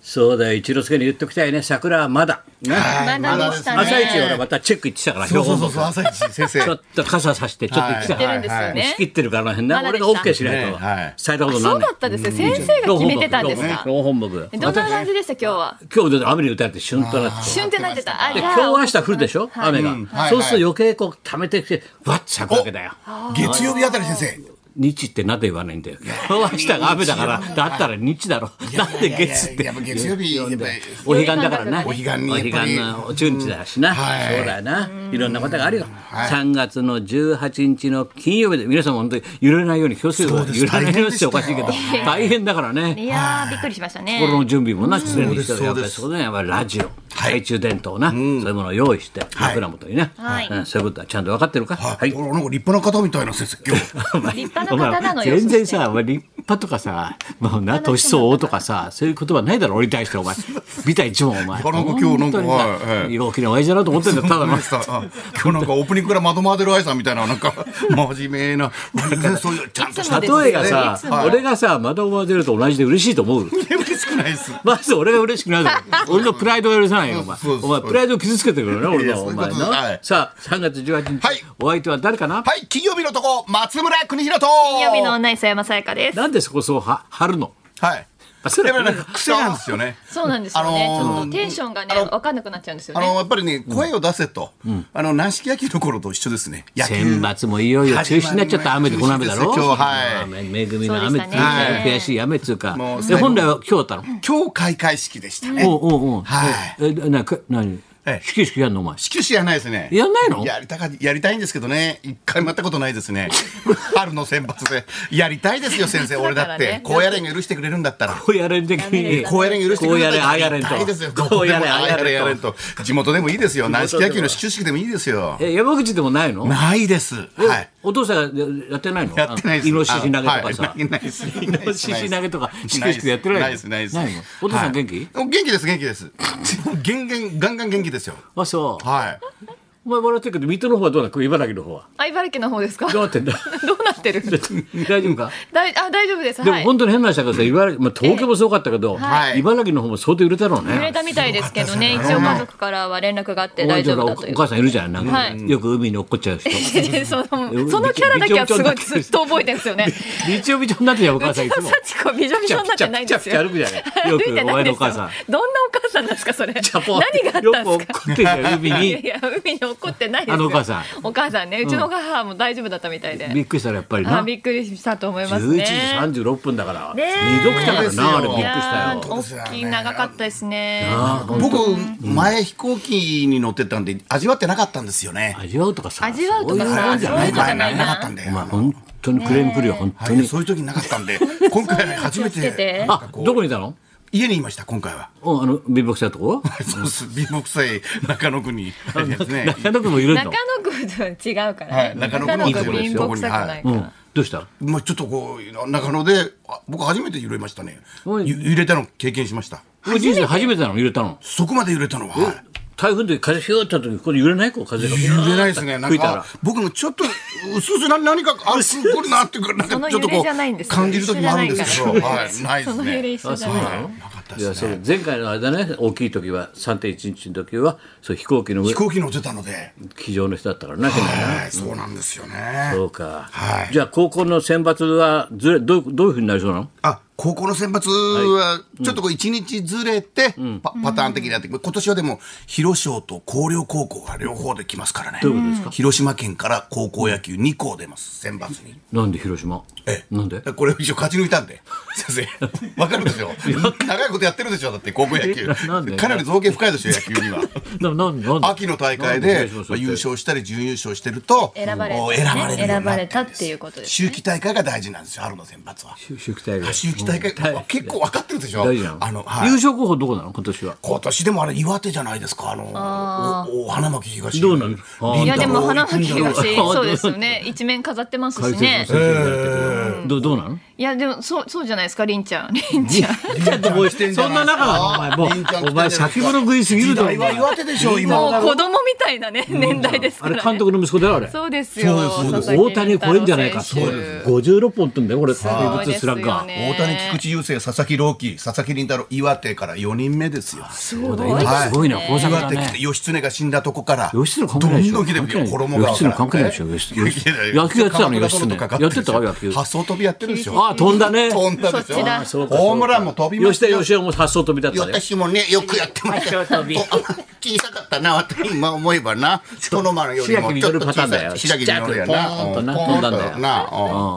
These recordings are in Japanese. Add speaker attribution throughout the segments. Speaker 1: そうだよ一之輔に言っときたいね桜はまだ、ね、
Speaker 2: はい
Speaker 3: まだでしたね
Speaker 1: 朝一俺またチェック行ってたから
Speaker 2: そうそうそうそう
Speaker 1: 標
Speaker 2: 朝一先生
Speaker 1: 本木ちょっと傘さしてちょっと行ってた
Speaker 2: は
Speaker 1: か
Speaker 2: い
Speaker 1: ら、
Speaker 2: は
Speaker 3: るんですよね
Speaker 1: 仕切ってるからあの辺ね、
Speaker 3: まだ
Speaker 1: 俺
Speaker 3: でし
Speaker 1: が
Speaker 3: た
Speaker 1: OK しないと、
Speaker 2: ねはい
Speaker 1: されたことにな
Speaker 3: そ
Speaker 1: ん
Speaker 3: う
Speaker 1: ない
Speaker 3: だったですね先生が決めてたんですか
Speaker 1: 朗報部
Speaker 3: どんな感じでした今日は
Speaker 1: 今日で雨に打たれて旬となって
Speaker 3: シュンってなってたあ
Speaker 1: で
Speaker 3: いや
Speaker 1: 今日明日降るでしょ、雨が、
Speaker 2: うんはい
Speaker 1: そうすると余計こう溜めてきてわっと咲くわけだよ
Speaker 2: 月曜日あたり先生
Speaker 1: 日ってなんで言わないんだよ今日明日が雨だからだったら日だろなんで月っ
Speaker 2: いやいやいややってぱ月曜日やっぱり
Speaker 1: お彼岸だからな
Speaker 2: お彼岸にやっぱり
Speaker 1: お彼岸の中日だしな、
Speaker 2: はい
Speaker 1: そうだよないろんなことがあるよ、3月の18日の金曜日で皆さんも本当に揺れないように気をつけてください
Speaker 2: そ
Speaker 1: 揺
Speaker 2: うです
Speaker 1: れないようにっておかしいけど
Speaker 2: 大
Speaker 1: 大変だからね
Speaker 3: いやーびっくりしましたね
Speaker 1: 心の準備もな常にして
Speaker 2: そうです
Speaker 1: やっぱりそこでやっぱりラジオ、懐中電灯な、そういうものを用意して、枕元にね、
Speaker 3: はい
Speaker 1: うんそういうことはちゃんと分かってるか、
Speaker 2: あ
Speaker 1: は
Speaker 2: なん
Speaker 1: い
Speaker 2: か立派な方みたいな先生今日
Speaker 1: お前
Speaker 3: 立派な方なのよ
Speaker 1: お前全然さお前立派とかさもうな年相応とかさそういう言葉ないだろ俺に対してお前ビタ一問お前
Speaker 2: なかなか今日なん
Speaker 1: 本当
Speaker 2: か
Speaker 1: にさ
Speaker 2: はいはい
Speaker 1: 陽気な親父だなと思ってんだただ の
Speaker 2: 今日なんかオープニングからまとまってる愛さんみたいななんか 真面目な全然そういうちゃんとした
Speaker 3: そうです
Speaker 1: 例えがさ、
Speaker 3: いつも
Speaker 1: 俺がさ窓を混ぜると同じで嬉しいと思う
Speaker 2: 嬉しくないです
Speaker 1: まず俺が嬉しく ないだろ俺のプライドが許さないよお前
Speaker 2: そうです
Speaker 1: お前プライドを傷つけてくるな俺
Speaker 2: いや
Speaker 1: のお
Speaker 2: そういう
Speaker 1: 前
Speaker 2: ことですはい
Speaker 1: なさあ3月18日
Speaker 2: はい
Speaker 1: お相手は誰かな
Speaker 2: はい金曜日のとこ松村邦弘と
Speaker 3: 金曜日の女磯山さやかです
Speaker 1: なんでそこそうは貼るの
Speaker 2: はい
Speaker 1: あそれ
Speaker 2: やっぱりなんか癖なんですよね
Speaker 3: そうなんですよね
Speaker 2: あ
Speaker 3: ち
Speaker 2: のー
Speaker 3: ょっとテンションがね
Speaker 2: あの
Speaker 3: わかんなくなっちゃうんですよ
Speaker 2: あの
Speaker 3: ね
Speaker 2: やっぱりね声を出せと、あの軟式野球の頃と一緒ですね野球
Speaker 1: 選抜もいよいよ中止になっちゃった雨でこの雨だろ
Speaker 2: 中止ですね今日はい
Speaker 1: い恵みの雨っていう
Speaker 3: そうで
Speaker 1: か
Speaker 3: したね
Speaker 1: 悔しい雨っていうか
Speaker 2: もう
Speaker 1: で本来は今日だったの
Speaker 2: 今日開会式でしたね
Speaker 1: おうおうおう
Speaker 2: はい
Speaker 1: ええなか何
Speaker 2: ええ
Speaker 1: 始球式やんのお前
Speaker 2: 始球式やらないですね
Speaker 1: やんないの
Speaker 2: やりたかやりたいんですけどね一回もやったことないで すね春の選抜でやりたいですよ先生俺だって
Speaker 3: だからね
Speaker 2: 高野連が許してくれるんだったら
Speaker 1: こうやれん的に
Speaker 2: 高野連が許してくれるんだった
Speaker 1: こうやれあやれんと
Speaker 2: やりたいですよ
Speaker 1: こうやれ
Speaker 2: どこでも
Speaker 1: あやれんと
Speaker 2: んと地元でもいいですよ軟式野球の始球式でもいいですよ
Speaker 1: え山口でもないの
Speaker 2: ないですはい
Speaker 1: お父さんがやってないの
Speaker 2: やってないです
Speaker 1: イノシシ投げとかさ
Speaker 2: はいないです
Speaker 1: イノシシ投げとか始
Speaker 2: ない
Speaker 1: 球式
Speaker 2: です
Speaker 1: でやってないの
Speaker 2: ないですないです
Speaker 1: のお父さん元気
Speaker 2: はい元気です元気です 元々ガンガン元気ですよ
Speaker 1: あそう
Speaker 2: はい
Speaker 1: お前笑ってるけど水戸の方はどうなの茨城の方は
Speaker 3: あ茨城の方ですか
Speaker 1: どうな
Speaker 3: ど
Speaker 1: ってんだ
Speaker 3: うなってる
Speaker 1: 大丈夫か
Speaker 3: 大あ大丈夫です
Speaker 1: で
Speaker 3: は
Speaker 1: も
Speaker 3: い
Speaker 1: 本当に変な話だけどさ、茨城、まあ、東京もすごかったけど、
Speaker 2: はい
Speaker 1: 茨城の方も相当売れたろう
Speaker 3: 揺れ
Speaker 1: ね。
Speaker 3: たみたいですけどね一応家族からは連絡があって
Speaker 1: お前
Speaker 3: 大丈夫
Speaker 1: お
Speaker 3: だという
Speaker 1: 母さんいるじゃん、なんか、
Speaker 3: はい
Speaker 1: よく海に落っこっちゃう人。
Speaker 3: そのそのキャラだけはすごいずっと覚えてるんですよね。
Speaker 1: びちょびちょになってゃうお母さんい
Speaker 3: 幸
Speaker 1: つも。
Speaker 3: 子びちょびちょになってないんですよ。
Speaker 1: ピチャピチャピチャ歩くじゃないよく
Speaker 3: 歩いてないですよ
Speaker 1: お前のお母さ
Speaker 3: どんなお母さんなんですかそれ。
Speaker 1: チャポン
Speaker 3: 何があったん
Speaker 1: よ
Speaker 3: で
Speaker 1: く
Speaker 3: す
Speaker 1: 落っ
Speaker 3: か。
Speaker 1: こってんだよ、海
Speaker 3: いやい
Speaker 1: に。
Speaker 3: や海に怒ってないですよ。
Speaker 1: あのお母さん。
Speaker 3: お母さんねうちの母も大丈夫だったみたいで。
Speaker 1: びっくりしたらやっぱり
Speaker 3: あ
Speaker 1: な。
Speaker 3: びっくりしたと思います
Speaker 1: 11
Speaker 3: ね。
Speaker 1: 時36分だから、
Speaker 3: ねえ
Speaker 1: 二度来たからな、あれびっく
Speaker 3: い
Speaker 1: りした
Speaker 3: や
Speaker 1: よ。
Speaker 3: ー大きい長かったですね。
Speaker 2: 僕前飛行機に乗ってたんで味わってなかったんですよね
Speaker 1: 味わうとかさ、
Speaker 3: 味わうと
Speaker 1: そ
Speaker 3: か
Speaker 1: ういうもんじゃ
Speaker 3: さ
Speaker 1: な
Speaker 3: そ
Speaker 1: い
Speaker 3: ういうの
Speaker 1: から
Speaker 3: が
Speaker 2: 前
Speaker 1: ね。
Speaker 2: なかったんで
Speaker 1: お前本当にクレーム来るよ、本当
Speaker 2: はい
Speaker 1: に。
Speaker 2: そういう時なかったんで今回ね初め
Speaker 3: 気をつけて
Speaker 2: てなんか
Speaker 1: あ、
Speaker 2: こう
Speaker 1: どこにいたの
Speaker 2: 家にいました今回は
Speaker 1: うんあの、貧乏くさいとこ
Speaker 2: そうです貧乏くさい中野区にあるやつね
Speaker 1: 中野区もいるの
Speaker 3: 中。野区とは違うから
Speaker 2: はい
Speaker 3: ね。
Speaker 2: 中野区
Speaker 3: 中
Speaker 2: の
Speaker 3: 野
Speaker 2: いいと
Speaker 3: 区
Speaker 2: ころですよ
Speaker 3: 貧乏くさくないか
Speaker 1: う
Speaker 3: ら。
Speaker 1: ん。どうした
Speaker 2: まあちょっとこう中野であ僕初めて揺れましたね
Speaker 1: おい
Speaker 2: ゆ揺れたの経験しました
Speaker 1: 俺人生初めてなの揺れたの
Speaker 2: そこまで揺れたのははい
Speaker 1: 台風の時風ひゅーってやった時ここで揺れないこう風が
Speaker 2: 揺れないですね。なん
Speaker 1: 吹いたら
Speaker 2: か僕もちょっと薄々な何かあるすごいなってくるなん
Speaker 3: その
Speaker 2: かちょっと
Speaker 3: 揺れ
Speaker 2: こ
Speaker 3: じゃないんです
Speaker 2: う
Speaker 3: よ
Speaker 2: 感じる時もあるんですけど、
Speaker 3: 揺れじゃ
Speaker 2: は
Speaker 3: ない
Speaker 2: いないで
Speaker 3: そ
Speaker 2: す
Speaker 3: の揺れ
Speaker 2: ね。
Speaker 3: 一緒じゃない
Speaker 1: なの
Speaker 2: なかった
Speaker 1: いや
Speaker 2: です
Speaker 1: そ
Speaker 2: ね。
Speaker 1: う前回のあれだね大きい時は3.1日の時はそう飛行機の上
Speaker 2: 飛行機乗ってたので、
Speaker 1: 機上の人だったからな去年な
Speaker 2: はいそうなんですよね。
Speaker 1: そうか、
Speaker 2: はい
Speaker 1: じゃあ高校の選抜はずれどうどういうふうになりそうなの
Speaker 2: あ高校の選抜はちょっとこう一日ずれてパパターン的になって今年はでも広商と広陵高校が両方できますからね
Speaker 1: どういうことですか
Speaker 2: 広島県から高校野球2校出ます選抜に
Speaker 1: なんで広島
Speaker 2: ええ
Speaker 1: なんで
Speaker 2: これ一応勝ち抜いたんで先 生わかるでしょ長いことやってるでしょだって高校野球
Speaker 1: えなんで
Speaker 2: かなり造形深いでしょ野球には
Speaker 1: ななんなんで
Speaker 2: 秋の大
Speaker 1: な
Speaker 2: 会
Speaker 1: ん広
Speaker 2: で
Speaker 1: 島そ
Speaker 2: ま
Speaker 1: うやって
Speaker 2: あ優勝したり準優勝してると
Speaker 3: 選ばれた
Speaker 2: もう選ばれるようにな
Speaker 3: 選ばれたっていうことですね
Speaker 2: 秋季大会が大事なんですよ春の選抜は
Speaker 1: 秋季大会
Speaker 2: 秋季大会
Speaker 1: うん
Speaker 2: 結構分かってるでしょ
Speaker 1: 大事なの
Speaker 2: あのはい
Speaker 1: 優勝候補どこなの今年は
Speaker 2: 今年でもあれ岩手じゃないですかあのおお花巻東
Speaker 1: どうなのあー
Speaker 3: いやでも花巻
Speaker 2: りんたろー
Speaker 3: 東
Speaker 1: あ
Speaker 3: そうですよね一面飾ってますし
Speaker 1: 解
Speaker 3: ね
Speaker 1: 説の先生になってくるどどうなの
Speaker 3: いやでもそうそうじゃないですかりんちゃんりん ちゃん
Speaker 1: ちょっともうそんな中はお前も
Speaker 2: りんちゃん来てんじゃないうですか
Speaker 1: お前先物食いすぎる
Speaker 2: 時
Speaker 1: だろお
Speaker 2: 代は
Speaker 1: 前
Speaker 2: 岩手でしょ今
Speaker 3: もう子供みたいなね年代です
Speaker 1: あ
Speaker 3: か
Speaker 1: れ
Speaker 3: らね
Speaker 1: 監督の息子だよあれ
Speaker 3: そうですよ
Speaker 1: そうです
Speaker 3: 佐々
Speaker 1: 大
Speaker 3: 木
Speaker 1: 谷超えんじゃないか
Speaker 3: そうです
Speaker 1: 56本打ってんだよこれ
Speaker 3: すご
Speaker 1: 怪
Speaker 3: いで
Speaker 1: 物
Speaker 3: す
Speaker 1: スラッガ
Speaker 3: よ
Speaker 1: ー
Speaker 3: ね
Speaker 2: 大谷、菊池雄星、佐々木朗希、佐々木麟太郎、岩手から4人目ですよ。
Speaker 1: そうだ今すごいなこの
Speaker 2: 岩
Speaker 1: だ
Speaker 2: 手来て、
Speaker 1: ね
Speaker 2: 義経が死んだとこから、
Speaker 1: 吉純関係ないでしょ
Speaker 2: どんどん来てるよ、衣が。
Speaker 1: 吉純関係ないでしょ吉純吉純野球やってたのよ吉純やってたわ野球
Speaker 2: 発想飛びやってるでしょ。
Speaker 1: ああ飛んだね
Speaker 2: 飛んだでし
Speaker 3: そっちだあ
Speaker 1: そ
Speaker 2: ょ。
Speaker 1: うか
Speaker 2: ホームランも飛びまし
Speaker 1: 吉
Speaker 2: た
Speaker 1: 田
Speaker 2: よ。
Speaker 1: 義雄も発想飛びだったね
Speaker 2: 私もね、よくやってましたよ。
Speaker 1: 発想飛び
Speaker 2: お小さかったな、私今思えばな。人の間よりもちょっと小さい。
Speaker 1: 白木実パターンだよ
Speaker 2: 白木実や
Speaker 1: ちっちゃくポーンとな
Speaker 2: ポ
Speaker 1: 飛んだん
Speaker 2: と
Speaker 1: だよ
Speaker 2: な、うん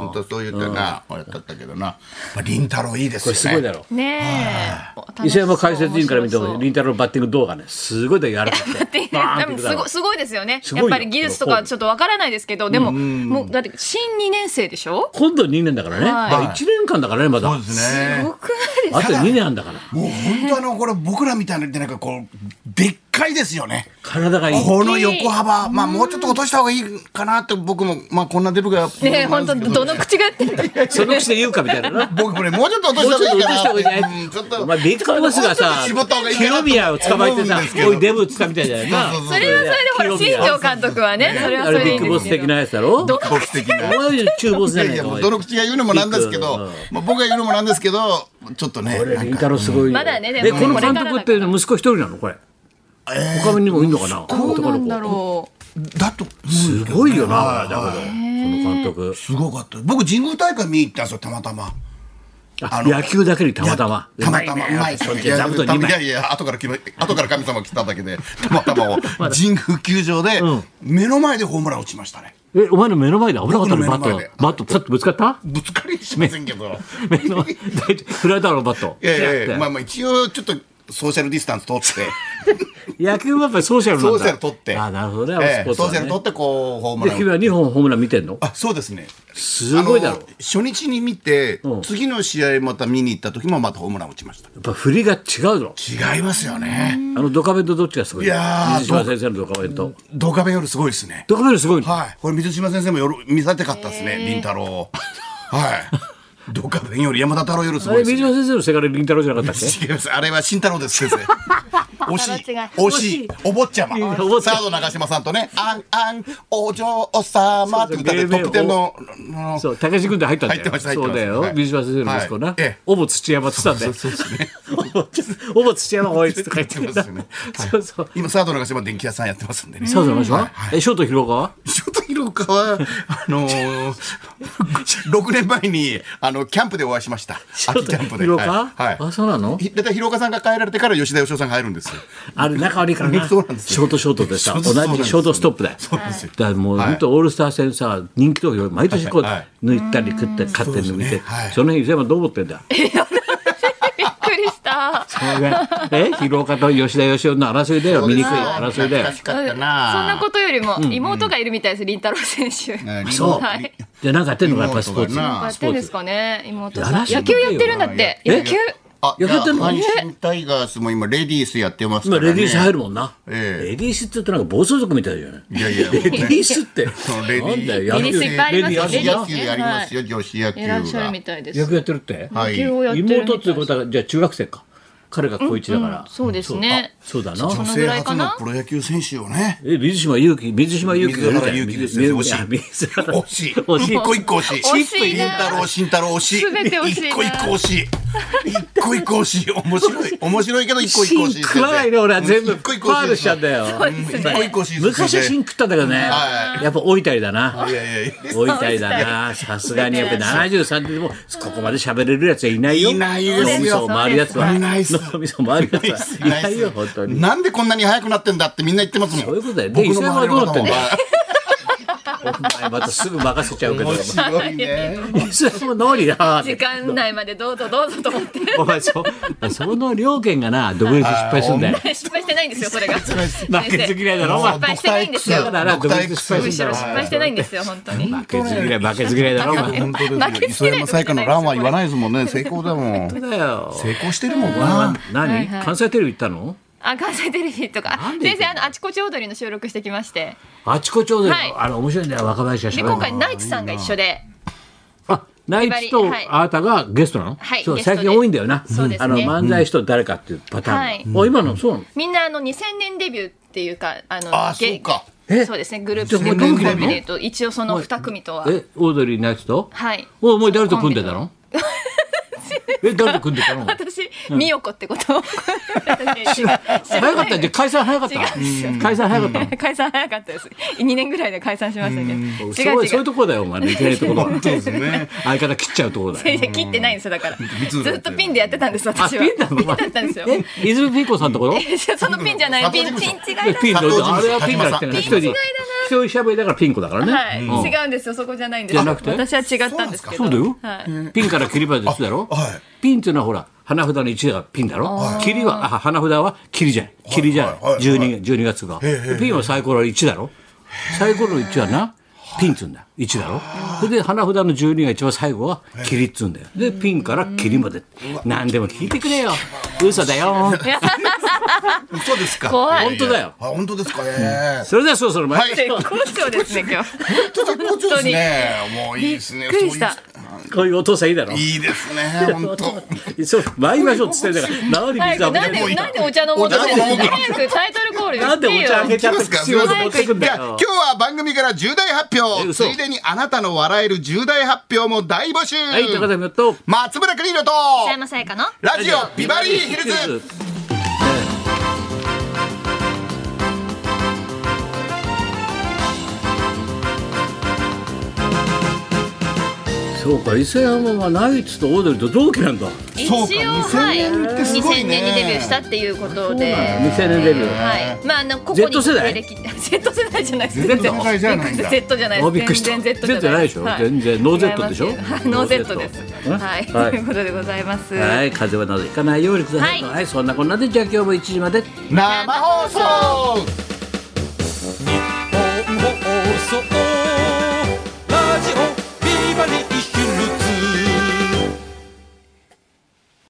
Speaker 2: ほんとそう言ってな、やったったけどな。まあ麟太郎いいです
Speaker 1: これ
Speaker 2: よね。
Speaker 1: すごいだろ
Speaker 3: ねえ
Speaker 1: 伊勢山解説委員から見ても
Speaker 3: 面白そう
Speaker 1: 林太郎のバッティング動画ねすごいだよやられて
Speaker 3: って いう
Speaker 1: バーンって
Speaker 3: 多
Speaker 1: い
Speaker 3: 分
Speaker 1: く
Speaker 3: す
Speaker 1: だろ
Speaker 3: ごすごいですよね
Speaker 1: すごいよ
Speaker 3: やっぱり技術とかちょっとわからないですけどでももうだって新2年生でしょ
Speaker 1: 今度2年だからね
Speaker 3: はい
Speaker 1: 1年間だからねまだ
Speaker 2: そ
Speaker 1: あ
Speaker 2: うですね。
Speaker 3: 僕はです
Speaker 1: と2年あんだから
Speaker 2: もう本当あのこれ僕らみたいなのってなんかこうでっかいですよね。
Speaker 1: 体がいい
Speaker 2: この横幅、まあもうちょっと落とした方がいいかなって僕もまあこんな出るが
Speaker 3: ねえ本当どの口がやってんだ
Speaker 1: その口で言うかみたいなな
Speaker 2: 僕もねもうちょっと落とした方がいいかなってうんちょっ
Speaker 1: お
Speaker 2: と
Speaker 1: 前ビッグボスがさ
Speaker 2: 絞った方がいいかなと
Speaker 1: 清宮を捕まえてさ
Speaker 2: 思うんですけど
Speaker 1: おいデブっつったみたいだよな
Speaker 2: そうそう
Speaker 3: それはそれでほら新庄監督はねそれは
Speaker 1: あ
Speaker 3: それ
Speaker 1: れ
Speaker 3: でい
Speaker 1: ビッグ
Speaker 3: いんで
Speaker 1: ボ
Speaker 3: す
Speaker 1: ス
Speaker 3: け
Speaker 1: 的
Speaker 3: ど
Speaker 1: なやつだろ
Speaker 3: ど
Speaker 2: 僕的
Speaker 1: お
Speaker 2: な。
Speaker 1: 前中ボス
Speaker 2: い
Speaker 1: じゃ
Speaker 2: や
Speaker 1: ないい
Speaker 2: や
Speaker 1: か
Speaker 2: も
Speaker 1: お
Speaker 2: う
Speaker 1: い
Speaker 2: どの口が言うのもなんですけ
Speaker 1: う
Speaker 2: ど
Speaker 1: ん、
Speaker 2: まあ僕が言うのもなんですけど、ちょっとね。
Speaker 1: 俺
Speaker 2: なん
Speaker 1: 林
Speaker 2: か
Speaker 1: 太郎すごい
Speaker 3: まだねでも
Speaker 1: えこの
Speaker 3: これ
Speaker 1: 監
Speaker 3: からだから
Speaker 1: 督って息子一人なのこれ他にもいんのかな
Speaker 3: どう
Speaker 1: 男
Speaker 3: な
Speaker 1: の
Speaker 3: ん
Speaker 1: 子
Speaker 3: だろ
Speaker 2: だと
Speaker 1: す
Speaker 2: す
Speaker 1: ごいよな、だけど、その監督。
Speaker 2: すごかった。僕神宮大会見に行ったんですよたまたま。
Speaker 1: あ
Speaker 2: あの
Speaker 1: 野球だけにたまたま。
Speaker 2: たまたまうまい
Speaker 1: そっち座布団2
Speaker 2: いや
Speaker 1: 枚。
Speaker 2: いや後から来ま後から神様来ただけでたまたまを神宮球場で目の前でホームラン打ちましたね
Speaker 1: え、お前の目の前で危なかったの、
Speaker 2: 僕の
Speaker 1: バ
Speaker 2: 目の
Speaker 1: ッ
Speaker 2: 前
Speaker 1: ト
Speaker 2: で。
Speaker 1: バット、プサッとぶつかった
Speaker 2: ぶつかりしませんけど
Speaker 1: 目の前、大丈夫振られたの、バット。
Speaker 2: いやいやい
Speaker 1: ピャ
Speaker 2: や
Speaker 1: ッ
Speaker 2: まあまあ一応ちょっとソーシャルディスタンス 取って
Speaker 1: て野球はやっぱりソーシャルなんだ。
Speaker 2: ソーシャル取って
Speaker 1: あ、なるほどね、
Speaker 2: え
Speaker 1: あ
Speaker 2: え
Speaker 1: のスポ
Speaker 2: ソー
Speaker 1: ーツ
Speaker 2: シ
Speaker 1: は
Speaker 2: ャル
Speaker 1: ね
Speaker 2: 取ってこうホーム
Speaker 1: で、
Speaker 2: ラ
Speaker 1: 君
Speaker 2: ン
Speaker 1: は2本ホームラン見てんの
Speaker 2: あそうですね
Speaker 1: すごいだろ
Speaker 2: あの初日に見て
Speaker 1: うん
Speaker 2: 次の試合また見に行った時もまたホームラン打ちました
Speaker 1: やっぱ振りが違うぞ。
Speaker 2: 違いますよね
Speaker 1: あのドカベンとどっちがすごい
Speaker 2: いやー
Speaker 1: 水島先生のドカベンと。
Speaker 2: ドカベンよりすごいですね
Speaker 1: ドカベンすごいの
Speaker 2: はい。これ水島先生もよろ見さてかったですね、林太郎。はい。どっか弁より山田太郎よりす
Speaker 1: あ
Speaker 2: ごい
Speaker 1: れ、
Speaker 2: です
Speaker 1: 水
Speaker 2: ね。
Speaker 1: 島先生のせがれ凛太郎じゃなかったっけ
Speaker 2: 違います。あれは慎太郎です、 先生。惜しい
Speaker 3: 太郎違い。
Speaker 2: 惜しい。お坊ちゃま。サ
Speaker 1: お坊ちゃま
Speaker 2: ード長嶋さんとね、あんあん、お嬢様って歌ってト
Speaker 1: そうそう
Speaker 2: ップテンの、の
Speaker 1: そう、高橋軍で入ったんだよ。
Speaker 2: 入ってました入
Speaker 1: そう
Speaker 2: ってま
Speaker 1: だ
Speaker 2: した
Speaker 1: よ
Speaker 2: は。い
Speaker 1: 水島先生の息子
Speaker 2: は
Speaker 1: ない
Speaker 2: ええ。
Speaker 1: おぼ土山って言ってたんだよ。
Speaker 2: そうですね。
Speaker 1: おぼ土山おいつとか言って
Speaker 2: 言
Speaker 1: ん
Speaker 2: って
Speaker 1: だ
Speaker 2: ますねは。い
Speaker 1: そうそう。
Speaker 2: 今、サード長嶋電気屋さんやってますんでね。
Speaker 1: そうそう、お願いします。え、ショート広川
Speaker 2: ちょっと広岡は、あ のー、6年前に、あの、キャンプでお会いしました。秋キャンプで。
Speaker 1: 広岡
Speaker 2: はい。はい
Speaker 1: あ、そうなの
Speaker 2: ひだいたい広岡さんが帰られてから吉田義雄さんが入るんですよ。
Speaker 1: あれ、仲悪いからな。シ
Speaker 2: そう
Speaker 1: ョ
Speaker 2: なんですよ
Speaker 1: ートショートでさ、
Speaker 2: ショー
Speaker 1: 同
Speaker 2: トそうなんですよ
Speaker 1: じショートストップだよ。
Speaker 2: そうなんですよ。
Speaker 1: だからもう
Speaker 2: はい
Speaker 1: 本当オールスター戦さ人気投票毎年こう
Speaker 2: はいはい
Speaker 1: 抜いたり食って勝ってるの見て
Speaker 2: そうですねはい
Speaker 1: その辺伊勢山どう思ってん だ
Speaker 3: う びっくりした
Speaker 1: え広岡と吉田義雄の争いだよ醜い争いだよ
Speaker 2: 難しか
Speaker 3: そ
Speaker 2: った
Speaker 3: んな
Speaker 2: な
Speaker 3: ことよりも妹がいるみたいです林太郎選手
Speaker 2: ねリ
Speaker 1: そう
Speaker 3: はい
Speaker 1: じゃあなんかやってんのかやっぱスポーツ
Speaker 2: 妹がな
Speaker 3: なんかやってんですかね妹
Speaker 1: や
Speaker 3: さん
Speaker 1: らせ
Speaker 3: 野
Speaker 1: て
Speaker 3: 球
Speaker 1: くれよ
Speaker 3: やってるんだって
Speaker 1: え
Speaker 3: 野球
Speaker 2: あ、
Speaker 1: や
Speaker 2: や
Speaker 1: ってんの
Speaker 2: 阪神タイガースも今、レディースやってます
Speaker 1: 今
Speaker 2: か
Speaker 1: レ
Speaker 2: らね。
Speaker 1: ディース入るもんな、
Speaker 2: ええ
Speaker 1: レディースって言うとなんか暴走族みたいじゃない
Speaker 2: いやいや、もう
Speaker 1: レディースって
Speaker 2: そのレディ
Speaker 1: なんだよ
Speaker 3: レディースいっぱいありますよ
Speaker 1: レディース
Speaker 2: 女子野球やりますよ、女子野球
Speaker 3: いらっしゃる
Speaker 2: が。
Speaker 3: みたいです
Speaker 1: 野球やってるって、
Speaker 2: はい
Speaker 3: 野球をやってるみたい
Speaker 1: 妹っていうことはじゃあ中学生か彼が高一だから、
Speaker 3: うんそうですね
Speaker 1: そうだな
Speaker 2: 女
Speaker 3: そのぐ
Speaker 2: 性
Speaker 3: らいか
Speaker 2: 初の
Speaker 3: な
Speaker 2: プロ野球選手をね。
Speaker 1: え水島勇気水島勇気
Speaker 2: 水原勇気ですよ。惜しい。
Speaker 1: 水原
Speaker 2: 惜しい。
Speaker 1: 惜しい
Speaker 2: 一個一個惜しい。
Speaker 3: 惜しいな
Speaker 2: 慎太郎、慎太郎惜しい。
Speaker 3: 全て惜しいな
Speaker 2: 一個一個惜しい。一個一個惜しい。面白い。面白いけど一個一個惜しい。
Speaker 1: 食わないね俺は全部
Speaker 2: 一個一
Speaker 1: フ
Speaker 2: 個惜
Speaker 1: ァールしちゃうんだよ
Speaker 2: いですね一個一個惜しいですね。
Speaker 1: 昔は芯食ったんだけどね、
Speaker 2: は
Speaker 1: やっぱ老いたりだな、
Speaker 2: いやいやい
Speaker 1: 老いたりだなさすがにやっぱり73でもここまで喋れるやつはいないよ
Speaker 2: いないですよ
Speaker 1: 脳みそを回るやつはい
Speaker 2: ないっす
Speaker 1: 脳みそを回るやつはい
Speaker 2: や。
Speaker 1: ないよ本当に
Speaker 2: なんでこんなに早くなってんだってみんな言ってますもん。
Speaker 1: そういうことだよで
Speaker 2: 僕の周りの方も
Speaker 1: 伊勢お前またすぐ任せちゃうけど
Speaker 2: 面白いね。
Speaker 1: それも脳裏だ
Speaker 3: 時間内までどうぞどうぞと思って
Speaker 1: お前そその両県がな独立失敗するんだよ
Speaker 3: 失敗してないんですよそれが
Speaker 1: 負けず嫌いだろお前
Speaker 3: 失敗してないんです
Speaker 1: だ
Speaker 3: よ
Speaker 1: から独立失敗す
Speaker 3: むし
Speaker 1: るん
Speaker 3: ろ
Speaker 1: だ
Speaker 3: 失
Speaker 1: ろ
Speaker 3: 敗してないんですよ本当に
Speaker 1: 負けず嫌い負けず嫌いだろお前本
Speaker 2: 本当
Speaker 3: 負け
Speaker 2: です
Speaker 3: ず
Speaker 2: よ。
Speaker 3: 嫌
Speaker 2: 磯
Speaker 3: い
Speaker 2: 山彩香の乱は言わないですもんね。成功だもん。
Speaker 1: 当だよ
Speaker 2: 成功してるもん
Speaker 1: お前は
Speaker 2: な。
Speaker 1: 何、
Speaker 3: はいはい
Speaker 1: 関西テレビ行ったの
Speaker 3: あ関西テレビとか
Speaker 1: なんで
Speaker 3: 先生あのあちこち踊りの収録してきまして
Speaker 1: あちこちょうどよ、
Speaker 3: はい
Speaker 1: あれ面白いんだよ若林がしゃ
Speaker 3: で
Speaker 1: べる
Speaker 3: 今回ナイツさんが一緒で
Speaker 1: あナイツと
Speaker 3: はい
Speaker 1: あなたがゲストなの、
Speaker 3: はい
Speaker 1: そう
Speaker 3: ゲストで
Speaker 1: 最近多いんだよな、
Speaker 3: そうですね
Speaker 1: あの漫才師と誰かっていうパターン、
Speaker 3: はい
Speaker 1: あ今のそうなの
Speaker 3: みんなあの2000年デビューっていうかあの
Speaker 2: あー
Speaker 3: ゲ
Speaker 2: そうか
Speaker 1: え
Speaker 3: そうですねグルー
Speaker 1: じゃ
Speaker 3: プ
Speaker 1: あもう
Speaker 2: 同期なの
Speaker 3: 組でいうと一応その2組とは
Speaker 1: えオードリーナイツと
Speaker 3: はい
Speaker 1: お前誰と組んでたのえ誰と組んでたの
Speaker 3: 私美代子ってことを私知ら
Speaker 1: 早かったじゃあ解散早かった
Speaker 3: 違
Speaker 1: 解散早かったの
Speaker 3: 解散早かったです2年ぐらいで解散しましたけど
Speaker 1: す
Speaker 3: 違う
Speaker 1: ご
Speaker 3: 違
Speaker 1: いそういう
Speaker 3: う
Speaker 1: とこだよお前のいけないところ
Speaker 2: 本当ですね。
Speaker 1: 相方切っちゃうとこだよ
Speaker 3: いや切ってないんですよだから
Speaker 2: つ
Speaker 3: ずっとピンでやってたんです私は
Speaker 1: あピンなの
Speaker 3: ピンだったんですよ
Speaker 1: え泉ピン子さんのところ
Speaker 3: いや そのピンじゃないピンピン違いだな
Speaker 1: ピンの
Speaker 2: 佐藤事務所
Speaker 1: あれはピンから来てるね一
Speaker 2: 立花さ
Speaker 1: 人
Speaker 2: ん
Speaker 1: 一人しゃべりだからピン子だからね、
Speaker 3: はい、
Speaker 1: うん
Speaker 3: 違うんですよそこじゃないんですよ
Speaker 1: じゃなくて
Speaker 3: 私は違ったんですけど
Speaker 1: そうだよ、
Speaker 3: はい
Speaker 1: ピンから切りまで一つだろ、
Speaker 2: あはい
Speaker 1: ピンっていうのはほら花札の一だからピンだろ、切りはあ花札は切りじゃん切りじゃん、
Speaker 2: はいはいはい
Speaker 1: 12, 12月が、ピンはサイコロの1だろサイコロの1はなピンっつうんだ1だろそれで花札の12が一番最後は切りっつうんだよでピンから切りまで何でも聞いてくれよ嘘だよ
Speaker 2: 嘘ですか。
Speaker 3: 怖い
Speaker 1: 本当だよ
Speaker 2: あ、本当ですかね。
Speaker 1: それではそろそろ参りましょう
Speaker 2: はい。
Speaker 3: 絶好調ですね今日
Speaker 2: ちょっと好調ですね。もういいですね。
Speaker 3: びっくりした
Speaker 1: こういうお父さんいいだろ
Speaker 2: そういういいですね。本当。
Speaker 1: そう参りましょうっつってんだから縄に
Speaker 3: 早
Speaker 1: 水
Speaker 3: く
Speaker 1: あぶ
Speaker 3: な
Speaker 1: なんい
Speaker 3: でなんでお茶飲もうとしてる
Speaker 2: お茶飲もう
Speaker 3: の
Speaker 2: か
Speaker 3: 早くタイトルコール言
Speaker 1: な
Speaker 3: っ
Speaker 1: んで
Speaker 3: て
Speaker 1: お
Speaker 3: よ
Speaker 1: 茶あげちゃって
Speaker 2: 行きますか
Speaker 1: 口を持ってくんだ
Speaker 2: じゃあ
Speaker 1: よ
Speaker 2: 今日は番組から重大発
Speaker 1: え
Speaker 2: 表つ
Speaker 1: 嘘
Speaker 2: いでにあなたの笑える重大発表も大募集
Speaker 1: はい高田君と
Speaker 2: 松村邦洋と
Speaker 3: 北山さやかの
Speaker 2: ラジオビバリーヒルズ
Speaker 1: そうか伊勢山はナイツとオードリーと同期なんだ
Speaker 3: 一
Speaker 2: そう
Speaker 3: 応
Speaker 2: か2000
Speaker 3: はい
Speaker 2: 年ってすごい
Speaker 3: 2000
Speaker 2: ね
Speaker 3: 年にデビューしたっていうことで
Speaker 1: 未成年デビュー
Speaker 3: はいまああのここに
Speaker 1: Z 世代
Speaker 3: 経歴 Z 世代じゃないです
Speaker 1: 全然
Speaker 2: 世代じゃないんだ
Speaker 3: Z じゃない
Speaker 1: あびっくり
Speaker 3: です
Speaker 1: した
Speaker 3: 全然 Z じゃない
Speaker 1: Z じゃないでしょ
Speaker 3: は
Speaker 1: 全然ノー Z でしょ
Speaker 3: 違いますよはいノー Z です
Speaker 1: ノー Z
Speaker 3: はい と
Speaker 1: はい
Speaker 3: いうことでございます
Speaker 1: はい風邪はなどひかないようにくださいと
Speaker 3: はい
Speaker 1: はいそんなこんなでじゃあ今日も1時まで
Speaker 2: 生放送
Speaker 4: 放送